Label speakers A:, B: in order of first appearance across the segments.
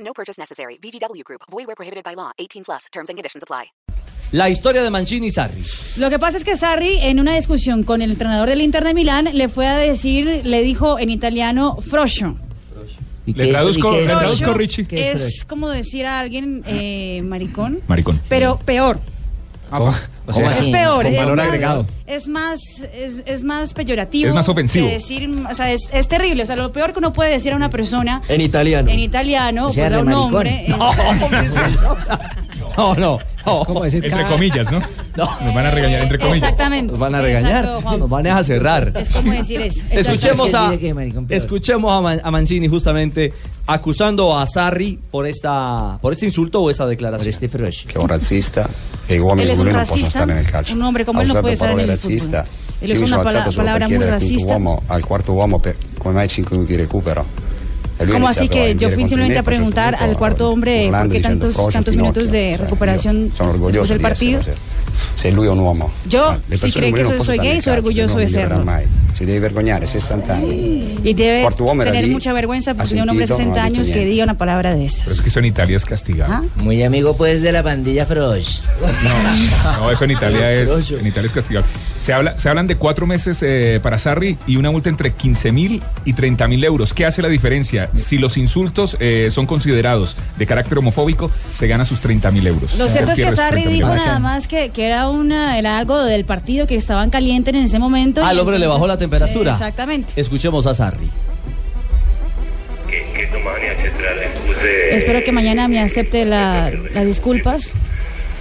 A: No purchase necessary. VGW Group. Void where prohibited by law. 18 plus. Terms and conditions apply.
B: La historia de Mancini y Sarri.
C: Lo que pasa es que Sarri, en una discusión con el entrenador del Inter de Milán, le fue a decir, le dijo en italiano, froscio.
B: ¿Y
D: Le
B: qué-
D: traduzco,
B: y qué-
D: le traduzco
C: Froscio
D: Richie.
C: Es como decir a alguien eh, maricón,
D: Maricón.
C: pero peor.
B: O sea,
C: Es
B: Sí,
C: peor,
B: con
C: es
B: valor
C: más,
B: agregado.
C: es más, es, es más peyorativo.
D: Es más ofensivo.
C: que decir, o sea, es, es terrible. O sea, lo peor que uno puede decir a una persona
E: En italiano.
C: en italiano,
E: O sea,
C: pues a
E: re
C: un
E: maricón.
C: hombre. es-
B: No, no. no.
D: Entre comillas, ¿no? Nos van a regañar, entre comillas.
C: Exactamente.
B: Nos van a regañar.
C: Exacto, Juan.
B: Nos van a cerrar.
C: Es como decir eso.
B: Escuchemos
E: Es que
B: a,
E: diría que maricón, peor.
B: escuchemos a, Man- a Mancini justamente acusando a Sarri por esta por este insulto o esta declaración. este
F: che è un razzista e gli uomini
C: Él es
F: come
C: un
F: lui non possono
C: razzista,
F: stare nel calcio.
C: un hombre come
F: ha
C: él no
F: usato
C: puede stare
F: parole
C: nel
F: razzista.
C: football. E lo
F: Io
C: so
F: mi sono
C: una pala-
F: alzato solo
C: palabra
F: per
C: muy
F: chiedere al quinto
C: razzista.
F: uomo, al quarto uomo per, come mai 5 minuti di recupero. E lui ha
C: Como
F: iniziato
C: así
F: a
C: que yo
F: inviare
C: fui simplemente a
F: complimenti, un certo
C: preguntar
F: punto,
C: al cuarto hombre por
F: urlando,
C: qué
F: dicendo,
C: tantos,
F: "Frocio,
C: tantos
F: Pinocchio".
C: minutos de
F: Cioè, io
C: recuperación
F: sono
C: después
F: orgoglioso
C: del
F: di
C: partido.
F: essere, Se lui è un uomo.
C: Io,
F: Ma le
C: si cree
F: persone come
C: che
F: lui non
C: sono gay,
F: possono stare nel
C: sono
F: calcio,
C: orgoglioso
F: non
C: di
F: migliorerà
C: serlo.
F: mai. Si deve vergognare, 60 anni.
C: Y debe
F: Cuarto hombre
C: tener
F: allí,
C: mucha vergüenza porque
F: asentito,
C: un hombre de 60
F: no ha dicho
C: años que
F: niente.
C: diga una palabra de
D: Pero es
C: esas.
D: que eso en Italia es castigado.
C: ¿Ah?
E: Muy amigo, pues, de la pandilla Frosh.
D: No, eso en Italia es, en Italia es castigado. Se, habla, se hablan de cuatro meses eh, para Sarri y una multa entre 15 mil y 30 mil euros. ¿Qué hace la diferencia? Si los insultos eh, son considerados de carácter homofóbico, se gana sus 30 mil euros.
C: Lo cierto es que
D: Pierde sus
C: Sarri
D: 30.000
C: dijo
D: euros.
C: nada más que, que era una era algo del partido que estaban calientes en ese momento. y
B: Al Ah, hombre le
C: entonces-
B: bajó la temperatura.
C: Exactamente.
B: Escuchemos a Sarri.
G: che, che domani accetterà le scuse.
C: Espero que mañana me acepte la- las disculpas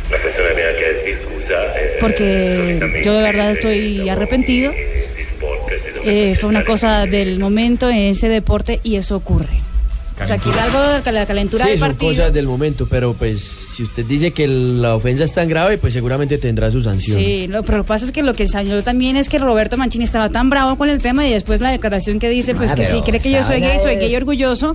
G: La persona mi ha chiesto scusa. eh,
C: porque
G: solitamente,
C: yo de verdad
G: eh,
C: estoy
G: dopo
C: arrepentido.
G: i- gli sport si dovrebbe
C: Eh, fue una
G: accettare
C: cosa del momento en ese deporte y eso ocurre. O sea, aquí
D: Calentura.
C: algo de la calentura
E: Sí,
C: del
E: son
C: partido.
E: cosas del momento, pero pues si usted dice que la ofensa es tan grave, pues seguramente tendrá su sanción.
C: Sí, lo, pero lo que pasa es que lo que salió también es que Roberto Mancini estaba tan bravo con el tema y después la declaración que dice, pues
E: Ah,
C: que
E: pero
C: sí, cree que yo soy
E: sabe
C: gay, soy
E: es-
C: gay orgulloso.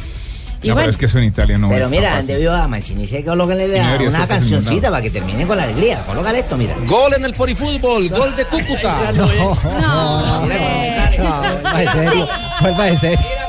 C: Y
D: No,
C: bueno,
D: pero es que eso en Italia no
H: Pero
D: está
H: mira,
D: fácil.
H: han debido a Mancini se colóquenle
D: Y no
H: la-
D: debería
H: una
D: ser
H: cancioncita
D: terminado.
H: para que termine con la alegría. Colócale esto, mira.
B: Gol en el Porifútbol, gol de Cúcuta.
C: no, hombre.
E: Fue para decir.